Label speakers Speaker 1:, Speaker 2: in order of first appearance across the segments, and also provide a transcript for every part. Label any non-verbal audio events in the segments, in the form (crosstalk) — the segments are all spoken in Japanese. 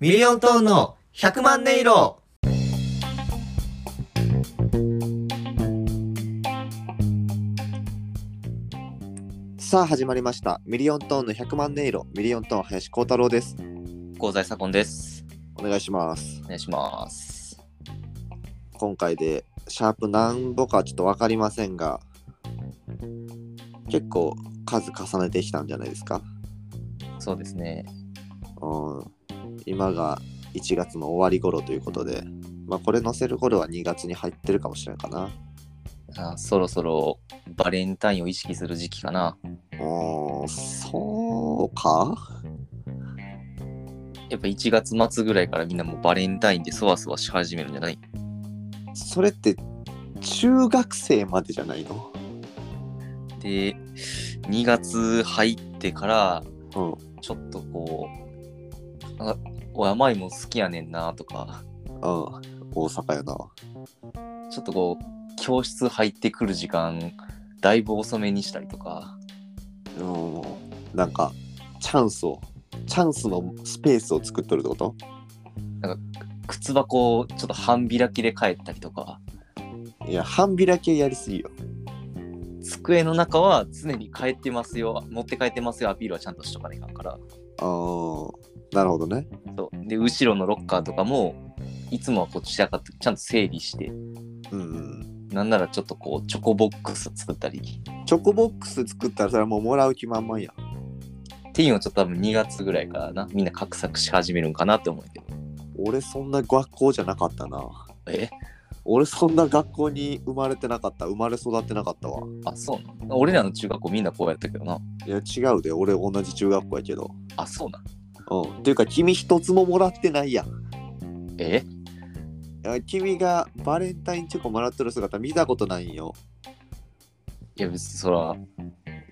Speaker 1: ミリオントーンの100万音色さあ始まりましたミリオントーンの100万音色ミリオントーン林光太郎です
Speaker 2: 香西左近です。
Speaker 1: お願いします
Speaker 2: お願いします。
Speaker 1: 今回でシャープ何度かちょっとわかりませんが結構数重ねてきたんじゃないですか
Speaker 2: そうですね。
Speaker 1: うん今が1月の終わり頃ということで、まあ、これ載せる頃は2月に入ってるかもしれんかな。
Speaker 2: あそろそろバレンタインを意識する時期かな。
Speaker 1: おーそうか
Speaker 2: やっぱ1月末ぐらいからみんなもうバレンタインでそわそわし始めるんじゃない
Speaker 1: それって中学生までじゃないの
Speaker 2: で、2月入ってから、
Speaker 1: うん
Speaker 2: ちょっとこう、なんかお甘いもん好きやねんなとか、
Speaker 1: うん。大阪やな。
Speaker 2: ちょっとこう、教室入ってくる時間、だいぶ遅めにしたりとか、
Speaker 1: うん。なんか、チャンスを、チャンスのスペースを作っとるってこと
Speaker 2: 靴箱をちょっと半開きで帰ったりとか、
Speaker 1: いや、半開きはやりすぎよ。
Speaker 2: 机の中は常に帰ってますよ持って帰ってますよアピールはちゃんとしとかないかんから
Speaker 1: うん。なるほどね。
Speaker 2: そうで後ろのロッカーとかもいつもはこう散らかってちゃんと整理して
Speaker 1: うんうん。
Speaker 2: なんならちょっとこうチョコボックス作ったり
Speaker 1: チョコボックス作ったらそれはもうもらう気満々や。
Speaker 2: っていうのをちょっと多分2月ぐらいからなみんな画策し始めるんかなって思うけど
Speaker 1: 俺そんな学校じゃなかったな。
Speaker 2: え
Speaker 1: 俺そんな学校に生まれてなかった生まれ育ってなかったわ
Speaker 2: あそうなん俺らの中学校みんなこうやったけどない
Speaker 1: や違うで俺同じ中学校やけど
Speaker 2: あそうなん
Speaker 1: うんっていうか君一つももらってないやん
Speaker 2: え
Speaker 1: いや君がバレンタインチョコもらってる姿見たことないんよ
Speaker 2: いや別にそら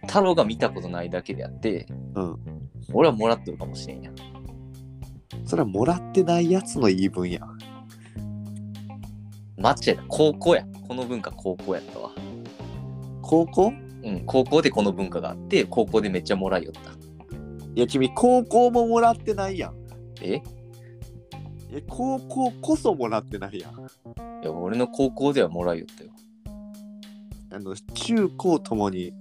Speaker 2: 太郎が見たことないだけであって、
Speaker 1: うん、
Speaker 2: 俺はもらっとるかもしれんやん
Speaker 1: それはもらってないやつの言い分や
Speaker 2: 間違えた高校やこの文化高校やったわ
Speaker 1: 高校
Speaker 2: うん、高校でこの文化があって高校でめっちゃもらいよった
Speaker 1: いや君高校ももらってないやん
Speaker 2: えい
Speaker 1: いや高校こそもらってないやん
Speaker 2: や俺の高校ではもらいよったよ
Speaker 1: あの中高ともに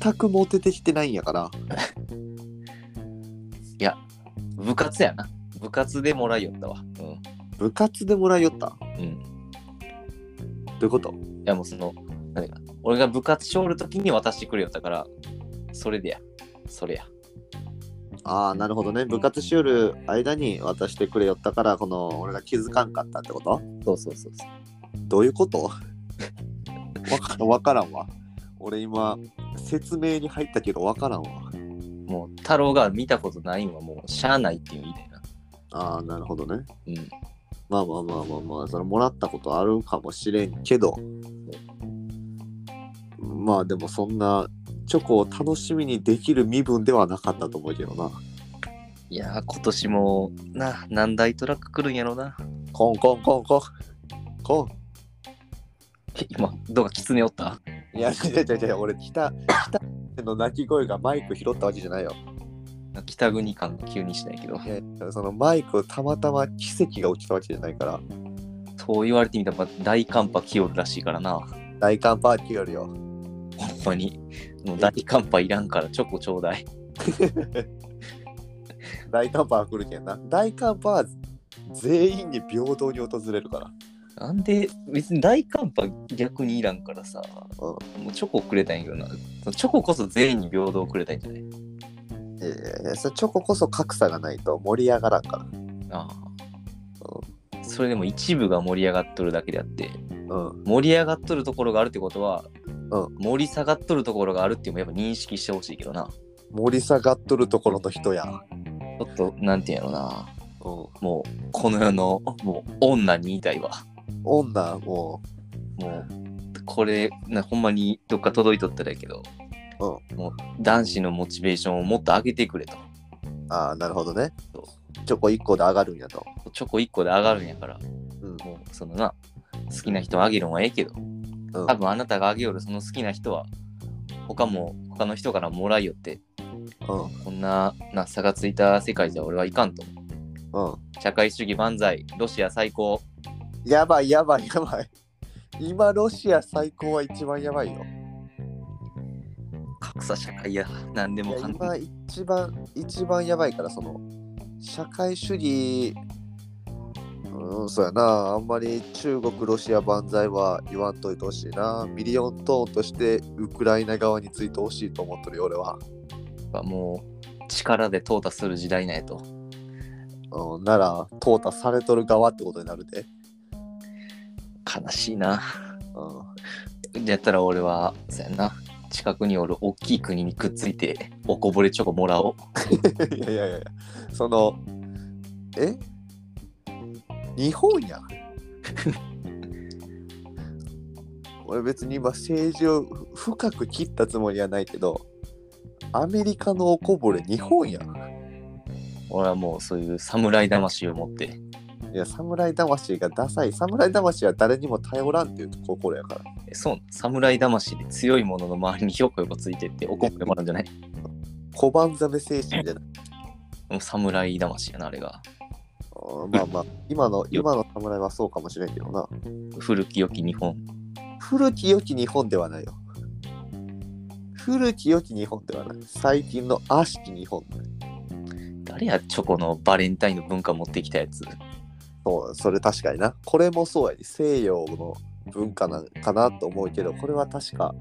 Speaker 1: 全くモテてきてないんやから
Speaker 2: 部活やな部活でもらいよったわ
Speaker 1: 部活でもらいよったど
Speaker 2: うん、うん、
Speaker 1: ういうこと
Speaker 2: いやもうその何か俺が部活しょる時に渡してくれよったからそれでやそれや
Speaker 1: ああなるほどね部活しよる間に渡してくれよったからこの俺が気づかんかったってこと
Speaker 2: そうそうそうそう
Speaker 1: どういうこと (laughs) わかわからんわ俺今説明に入ったけどわからんわ
Speaker 2: もう太郎が見たことないんはもうしゃあないっていうみたいな
Speaker 1: ああなるほどね
Speaker 2: うん
Speaker 1: まあまあまあまあまあそれもらったことあるかもしれんけどまあでもそんなチョコを楽しみにできる身分ではなかったと思うけどない
Speaker 2: やー今年もな何台トラック来るんやろな (laughs)
Speaker 1: コンコンコンコンコン
Speaker 2: え今どうか狐おった
Speaker 1: いや、違う違う違う、俺、北、北の鳴き声がマイク拾ったわけじゃないよ。
Speaker 2: 北国感が急にしないけど
Speaker 1: いや、そのマイクをたまたま奇跡が起きたわけじゃないから、
Speaker 2: そう言われてみたらまあ大寒波来よるらしいからな
Speaker 1: 大寒波ーよりよ。
Speaker 2: ほんまに。もう大寒波いらんからチョコちょうだい。
Speaker 1: 大寒波は来るけんな。大寒波は全員に平等に訪れるから。
Speaker 2: なんで、別に大寒波逆にいらんからさ、もうチョコくれたんやけどな。チョコこそ全員に平等くれたいんじゃない
Speaker 1: ええそれチョコこそ格差がないと盛り上がらんから。
Speaker 2: ああ。それでも一部が盛り上がっとるだけであって、
Speaker 1: うん。
Speaker 2: 盛り上がっとるところがあるってことは、
Speaker 1: う
Speaker 2: 盛り下がっとるところがあるっていうのもやっぱ認識してほしいけどな。
Speaker 1: 盛り下がっとるところの人や。
Speaker 2: ちょっと、なんていうんやろな。
Speaker 1: うん。
Speaker 2: もう、この世の、もう、女に言いたいわ。
Speaker 1: 女、も
Speaker 2: もうこれなほんまにどっか届いとったらやけど、もう男子のモチベーションをもっと上げてくれ
Speaker 1: う、
Speaker 2: と
Speaker 1: ああ、なるほどね
Speaker 2: そ。
Speaker 1: チョコ1個で上がるんやと。
Speaker 2: チョコ1個で上がるんやから
Speaker 1: うん。
Speaker 2: もうそのな好きな人をあげるんはええけど
Speaker 1: うん
Speaker 2: 多分あなたがあげよるその好きな人は他も他の人からもらいよって
Speaker 1: う
Speaker 2: こんなな差がついた世界じゃ俺はいかんと
Speaker 1: ん。うん。
Speaker 2: 社会主義万歳ロシア最高
Speaker 1: やばいやばいやばい。今、ロシア最高は一番やばいよ。
Speaker 2: 格差社会や何で
Speaker 1: い
Speaker 2: も
Speaker 1: や
Speaker 2: かんでも
Speaker 1: 今、一番、一番やばいから、その、社会主義、うん、そうやな。あんまり中国、ロシア万歳は言わんといてほしいな。ミリオントーンとして、ウクライナ側についてほしいと思っとるよ、俺は。
Speaker 2: はもう力で淘汰する時代なんやと
Speaker 1: うん、なら、淘汰されとる側ってことになるで。
Speaker 2: 悲しいな
Speaker 1: うん。
Speaker 2: やったら俺はそうやな近くにおる大きい国にくっついておこぼれチョコもらおう
Speaker 1: (laughs) いやいやいやいやそのえ日本やん (laughs) 俺別に今政治をふ深く切ったつもりはないけどアメリカのおこぼれ日本やん
Speaker 2: 俺はもうそういう侍魂を持って
Speaker 1: いや侍魂がダサい侍魂は誰にも頼らんっていう心やから
Speaker 2: えそうなの侍魂で強いものの周りにひょこひょこついてっておこぼれもらうんじゃない
Speaker 1: 小判ザメ精神じゃない
Speaker 2: もう侍魂やなあれが
Speaker 1: あーまあまあ今の今の侍はそうかもしれんけどな
Speaker 2: 古き良き日本
Speaker 1: 古き良き日本ではないよ。古き良き日本ではない。最近の悪しき日本。
Speaker 2: 誰やチョコのバレンタインの文化持ってきたやつ
Speaker 1: そう、それ確かにな。これもそうやで、西洋の文化なんかなと思うけど、これは確か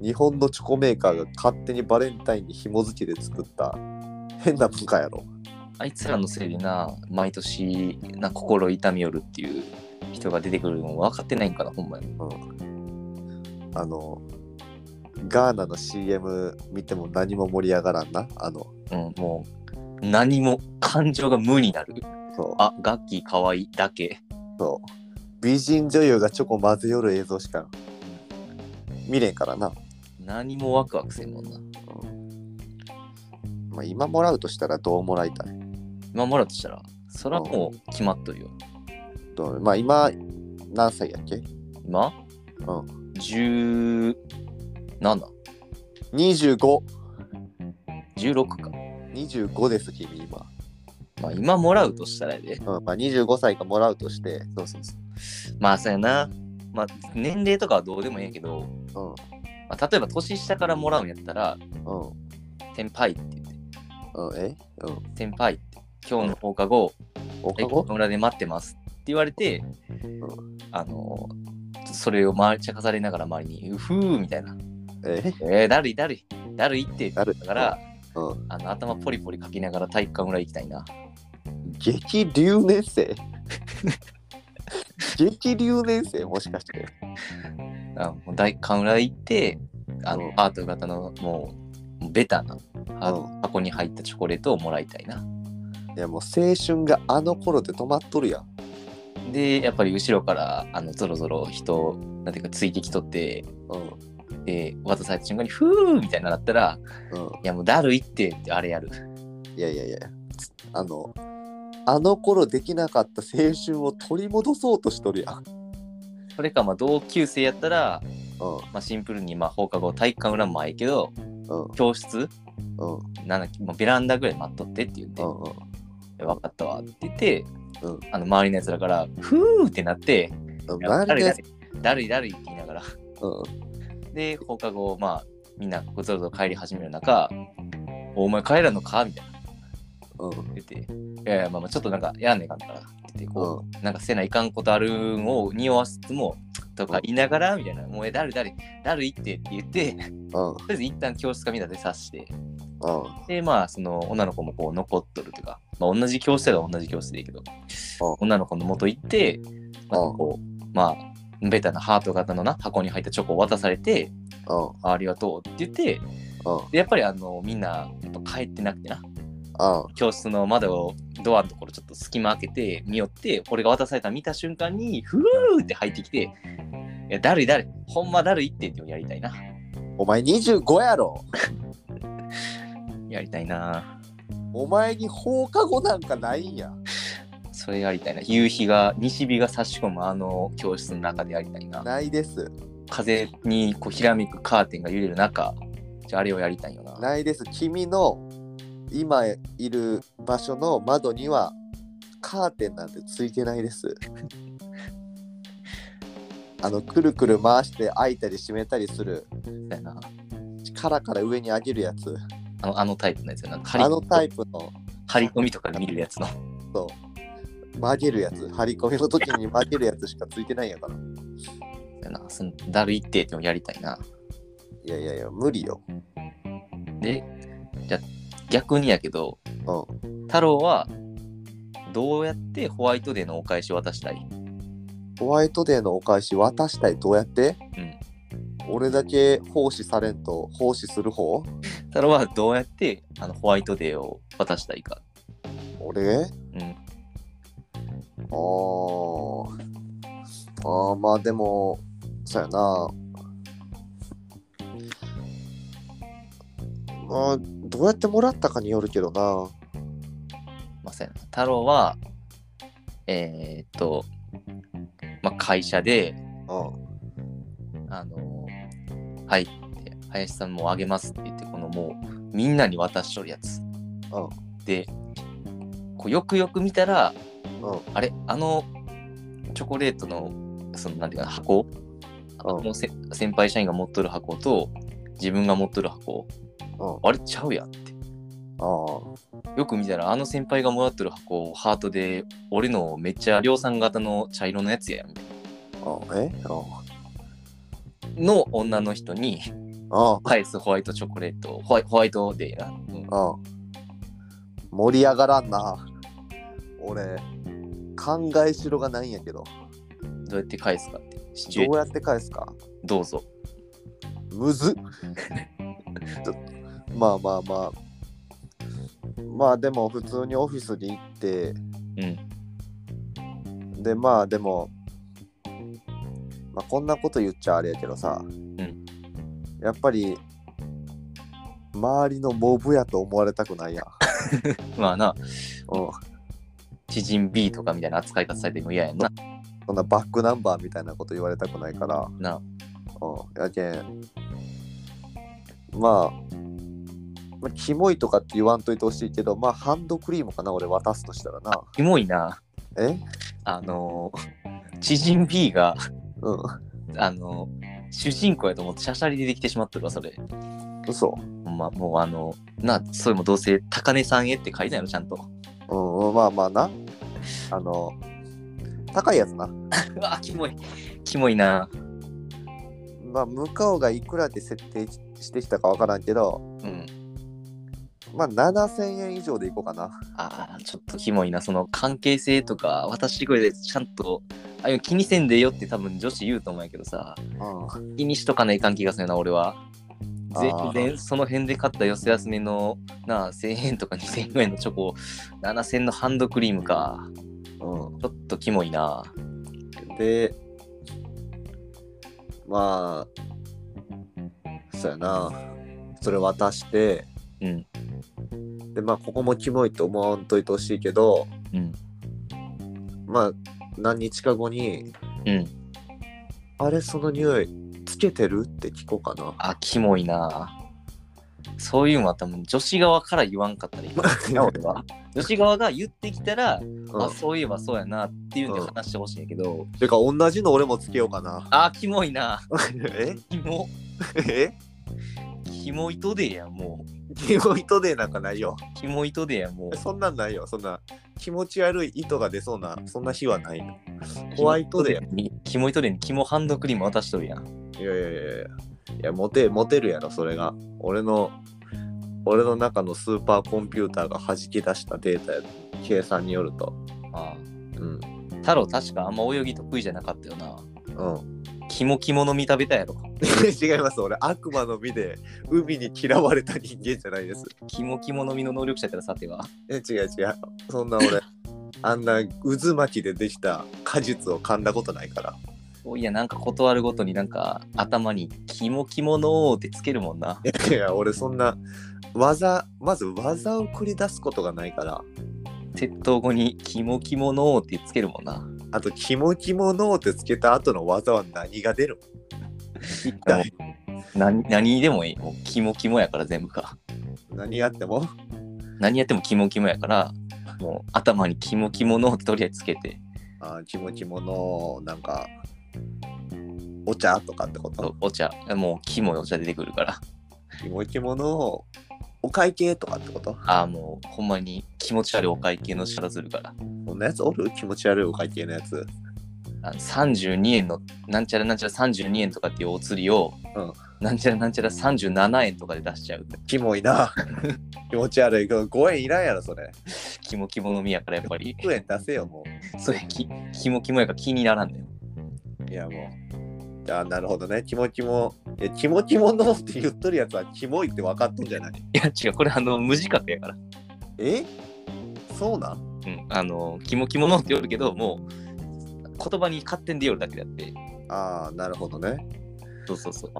Speaker 1: 日本のチョコメーカーが勝手にバレンタインに紐付けで作った変な文化やろ。
Speaker 2: あいつらのせいでな毎年な心痛みよるっていう人が出てくるの分かってないんかなほんまに
Speaker 1: あの、ガーナの CM 見ても何も盛り上がらんな。あの、
Speaker 2: うんもう何も感情が無になる
Speaker 1: そう、
Speaker 2: あガッキーかわいいだけ
Speaker 1: そう。美人女優がチョコ混ぜよる映像しか見れんからな。
Speaker 2: 何もワクワクせんもんな
Speaker 1: まあ、今もらうとしたらどうもらいたい
Speaker 2: 今もらうとしたらそらもう決まっとるよ
Speaker 1: どうまあ今何歳やっけ
Speaker 2: 今
Speaker 1: うん。
Speaker 2: 1716
Speaker 1: 25。
Speaker 2: か
Speaker 1: 25です、君今。
Speaker 2: まあ今もらうとしたらやで (laughs)
Speaker 1: うん。まあ25歳がもらうとして。そうそう
Speaker 2: まあそうやなまあ年齢とかはどうでもいいけど、
Speaker 1: そ
Speaker 2: まあ、例えば年下からもらうんやったら
Speaker 1: う。うん。うん
Speaker 2: 先輩って言って。
Speaker 1: うん、えうん。
Speaker 2: 先輩って今日の放課後
Speaker 1: 放課
Speaker 2: 駅の
Speaker 1: 後
Speaker 2: 裏で待ってますって言われて、あのそれを周りちゃかされながら周りに「うふー」みたいな
Speaker 1: え
Speaker 2: 「えー、だるいだるいだるい」って
Speaker 1: なる
Speaker 2: だから、
Speaker 1: うん。
Speaker 2: あの頭ポリポリかきながら体育館裏行きたいな
Speaker 1: 激留年 (laughs) 生激留年生もしかして。
Speaker 2: あもう体育館裏行ってあの
Speaker 1: うん
Speaker 2: アート型のもうベタなあの箱に入ったチョコレートをもらいたいない
Speaker 1: やもう青春があの頃で止まっとるやん。
Speaker 2: でやっぱり後ろからあのゾロゾロ人なんていうかついてきとって
Speaker 1: うん。
Speaker 2: で渡された瞬間に「ふー」みたいになったら
Speaker 1: うん。
Speaker 2: いやもうだるいってってあれやる。
Speaker 1: いやいやいや、あの、あの頃できなかった青春を取り戻そうとしとるやん。
Speaker 2: それかまあ同級生やったら、
Speaker 1: うん
Speaker 2: まあ、シンプルにまあ放課後体育館裏もまあええけど
Speaker 1: うん
Speaker 2: 教室
Speaker 1: うん
Speaker 2: なんだっけもうベランダぐらい待っとってって言って
Speaker 1: うんうん。
Speaker 2: 「分かったわ」って言って、
Speaker 1: うん
Speaker 2: あの周りのやつらから「ふー」ってなって「だ
Speaker 1: 周
Speaker 2: る
Speaker 1: りの
Speaker 2: いだ
Speaker 1: や
Speaker 2: る
Speaker 1: つ、
Speaker 2: いだるいだるい」って言いながら
Speaker 1: うん、
Speaker 2: (laughs) で放課後まあみんなこうぞろぞろ帰り始める中「お前帰らんのか?」みたいな
Speaker 1: うん、
Speaker 2: 言って「いやいやまあまあちょっとなんかやんねえかんから」って言ってこう、
Speaker 1: うん、
Speaker 2: なんかせないかんことあるんを匂わしつつも、とか言いながら、みたいな、もうえ、だるだる、だるいってって言って、と
Speaker 1: う
Speaker 2: り
Speaker 1: ん、
Speaker 2: あえず一旦教室かみんなで刺して、
Speaker 1: うん、
Speaker 2: で、まあ、その女の子もこう残っとるというか、まあ、同じ教室は同じ教室でいいけど、女の子の元行って、なんかこう、まあ、ベタなハート型のな、箱に入ったチョコを渡されて、
Speaker 1: うん、
Speaker 2: あありがとうって言って、
Speaker 1: うん、
Speaker 2: でやっぱりあの、みんな、やっぱ帰ってなくてな、
Speaker 1: うん、
Speaker 2: 教室の窓を、ドアのところちょっと隙間開けて、見よって、俺が渡されたの見た瞬間に、ふーって入ってきて、いや、だるいだるい、ほんまだるいってってやりたいな。
Speaker 1: お前25やろ
Speaker 2: やりたいな。
Speaker 1: お前に放課後なんかないんや。
Speaker 2: それやりたいな。夕日が、西日が差し込むあの教室の中でやりたいな。
Speaker 1: ないです。
Speaker 2: 風にこうひらめくカーテンが揺れる中、じゃああれをやりたいよな。
Speaker 1: ないです。君の今いる場所の窓にはカーテンなんてついてないです。あのくるくる回して開いたり閉めたりする
Speaker 2: みたいな。
Speaker 1: からから上に上げるやつ
Speaker 2: あの、あのタイプのやつやな。張り
Speaker 1: あのタイプの
Speaker 2: 張り込みとかで見るやつの。
Speaker 1: そう曲げるやつ張り込みの時に曲げるやつしかついてないんやから
Speaker 2: やな。そのだるいってってもやりたいな。
Speaker 1: いやいやいや無理よ
Speaker 2: で、じゃあ逆にやけど、
Speaker 1: う
Speaker 2: 太郎はどうやってホワイトデーのお返し渡したい
Speaker 1: ホワイトデーのお返し渡したいどうやって
Speaker 2: うん。
Speaker 1: 俺だけ奉仕されんと奉仕する方
Speaker 2: 太郎はどうやってあのホワイトデーを渡したいか。
Speaker 1: 俺
Speaker 2: うん。
Speaker 1: あーあーまあでもそうやなまあどうやってもらったかによるけどな
Speaker 2: まさやな。太郎は、えーっと、まあ、会社で、
Speaker 1: うん
Speaker 2: あのはいって、林さんもうあげますって言って、このもう、みんなに渡しとるやつ。で、こうよくよく見たら、
Speaker 1: うん
Speaker 2: あれ、あの、チョコレートの、その、なんていうかな、箱、あ
Speaker 1: うん
Speaker 2: のせ先輩社員が持っとる箱と、自分が持っとる
Speaker 1: う
Speaker 2: 箱、
Speaker 1: ん
Speaker 2: あれちゃうやんって。
Speaker 1: あー
Speaker 2: よく見たら、あの先輩がもらっとる箱をハートで、俺のめっちゃ量産型の茶色のやつやん。みたい
Speaker 1: あえあ
Speaker 2: なの女の人に、
Speaker 1: あ
Speaker 2: 返すホワイトチョコレート、ホワイホワイトデーな。うん
Speaker 1: ああ盛り上がらんな俺考えしろがないんやけど
Speaker 2: どうやって返すかって。シチュエ
Speaker 1: ど
Speaker 2: ー
Speaker 1: うやって返すか
Speaker 2: どうぞ。
Speaker 1: むずっとまあまあまあまあでも普通にオフィスに行って
Speaker 2: うん。
Speaker 1: でまあでも、まあ、こんなこと言っちゃあれやけどさ、
Speaker 2: ん
Speaker 1: やっぱり周りのモブやと思われたくないやん、
Speaker 2: まあな、
Speaker 1: うん、
Speaker 2: 知人 B とかみたいな扱い方されても嫌やんな。
Speaker 1: そんなバックナンバーみたいなこと言われたくないから
Speaker 2: な
Speaker 1: うん、やけん、まあ、まあ、キモいとかって言わんといてほしいけど、まあ、ハンドクリームかな、俺渡すとしたらな。
Speaker 2: キモいな。
Speaker 1: え
Speaker 2: あのー、知人 B が、
Speaker 1: う
Speaker 2: あのー、主人公やと思ってシャシャリ出てきてしまってるわ、それ。
Speaker 1: ん、嘘。
Speaker 2: ほんま、もうあの、な、それもどうせ高根さんへって書いてないの、ちゃんと。
Speaker 1: うん、まあまあな。あの、高いやつな。
Speaker 2: うわ、キモい。キモいな。
Speaker 1: まあ、向こうがいくらで設定してきたかわからんけど、
Speaker 2: うん。
Speaker 1: まあ、7000円以上でいこうかな。
Speaker 2: ああ、ちょっとキモいな。その関係性とか、私これでちゃんと、あ、いうの気にせんでええよって多分女子言うと思うんやけどさ。
Speaker 1: うん、
Speaker 2: 気にしとかないかん気がするな、俺は。全然その辺で買った寄せ集めのなあ1000円とか2000円のチョコ7000のハンドクリームか
Speaker 1: う。
Speaker 2: ちょっとキモいなん
Speaker 1: で、まあ、そうやな。それ渡して、
Speaker 2: うん
Speaker 1: でまあここもキモいと思わんといてほしいけど
Speaker 2: うん
Speaker 1: まあ何日か後に
Speaker 2: うん
Speaker 1: 「あれその匂いつけてる?」って聞こうかな
Speaker 2: あキモいなそういうのは多分女子側から言わんかったらいいか
Speaker 1: い
Speaker 2: (laughs) な俺は女子側が言ってきたら、
Speaker 1: うん
Speaker 2: あそういえばそうやなっていうんで話してほしいんやけど、
Speaker 1: てか同じの俺もつけようか
Speaker 2: (laughs)
Speaker 1: な
Speaker 2: あキモいな
Speaker 1: え
Speaker 2: キモ
Speaker 1: え
Speaker 2: キモいとでやんも
Speaker 1: キモいとでなんかないよ
Speaker 2: うキモいとでやんもう
Speaker 1: そんなんないよそんな気持ち悪い糸が出そうなそんな日はないよ
Speaker 2: (laughs)
Speaker 1: ホワイトデ
Speaker 2: ーキモいとでにキモハンドクリーム渡しとるやん
Speaker 1: いやいやいやいやいやモテモテるやろそれが俺の俺の中のスーパーコンピューターが弾き出したデータや計算によると
Speaker 2: あ
Speaker 1: うん
Speaker 2: 太郎確かあんま泳ぎ得意じゃなかったよな。
Speaker 1: うん (laughs)
Speaker 2: キモキモの見たべたやろ。
Speaker 1: 違います俺悪魔の実で海に嫌われた人間じゃないです
Speaker 2: キモキモの身の能力者やったらさては。
Speaker 1: え違う違うそんな俺あんな渦巻きでできた果実を噛んだことないから
Speaker 2: おいや、なんか断るごとになんか頭にキモキモのーってつけるもんな。
Speaker 1: いやいや俺そんな技まず技を繰り出すことがないから
Speaker 2: 窃盗後にキモキモのーってつけるもんな。
Speaker 1: あと「キモキモの」ってつけた後の技は何が出る一体
Speaker 2: 何何にでもいい。もうキモキモやから全部か。
Speaker 1: 何やっても
Speaker 2: 何やってもキモキモやからもう頭にキモキモのをとりあえずつけて
Speaker 1: あーキモキモのなんかお茶とかってこと
Speaker 2: お茶もうキモいお茶出てくるから
Speaker 1: キモキモのお会計とかってこと
Speaker 2: ああもうほんまに気持ち悪いお会計の仕方するから
Speaker 1: そんなやつおる気持ち悪いお会計のやつ
Speaker 2: あの32円のなんちゃらなんちゃら32円とかっていうお釣りを、
Speaker 1: うん
Speaker 2: なんちゃらなんちゃら37円とかで出しちゃう
Speaker 1: キモいな気持ち悪いけど5円いらんやろそれ
Speaker 2: キモキモのみやからやっぱり
Speaker 1: 1円出せよも
Speaker 2: それきキモキモやから気にならんねん
Speaker 1: ういやもうあーなるほどねキモキモいやキモキモのって言っとるやつはキモいって分かってんじゃない
Speaker 2: いや違うこれあの無自覚やから
Speaker 1: えそうなん
Speaker 2: うんあのキモキモのって言るけどもう言葉に勝手に出よるだけであって
Speaker 1: ああなるほどね
Speaker 2: そうそうそう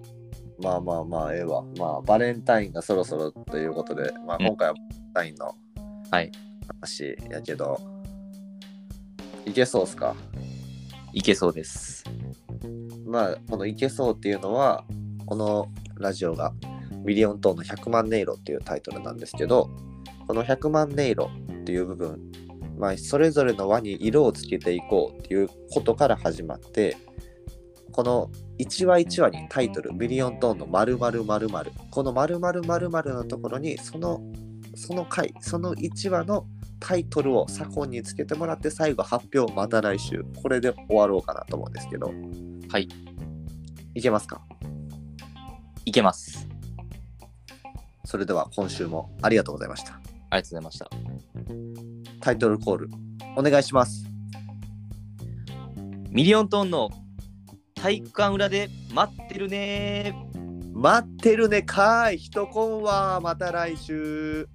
Speaker 1: まあまあまあええわまあバレンタインがそろそろということで、まあ、
Speaker 2: うん
Speaker 1: 今回はバレンタインの
Speaker 2: はい
Speaker 1: 話やけど、いけそうっすか
Speaker 2: いけそうです
Speaker 1: まあこの「いけそう」っていうのはこのラジオが「ミリオントーンの100万音色」っていうタイトルなんですけどこの「100万音色」っていう部分、まあ、それぞれの輪に色をつけていこうっていうことから始まってこの1話1話にタイトル「ミリオントーンの〇〇〇〇この〇〇〇〇のところにそのその回その1話のタイトルを左近につけてもらって最後発表また来週これで終わろうかなと思うんですけど
Speaker 2: はい
Speaker 1: いけますか
Speaker 2: いけます
Speaker 1: それでは今週もありがとうございました。
Speaker 2: ありがとうございました
Speaker 1: タイトルコールお願いします。
Speaker 2: ミリオントーンの体育館裏で待ってるねー
Speaker 1: 待ってるねかーい、ひとこんはまた来週。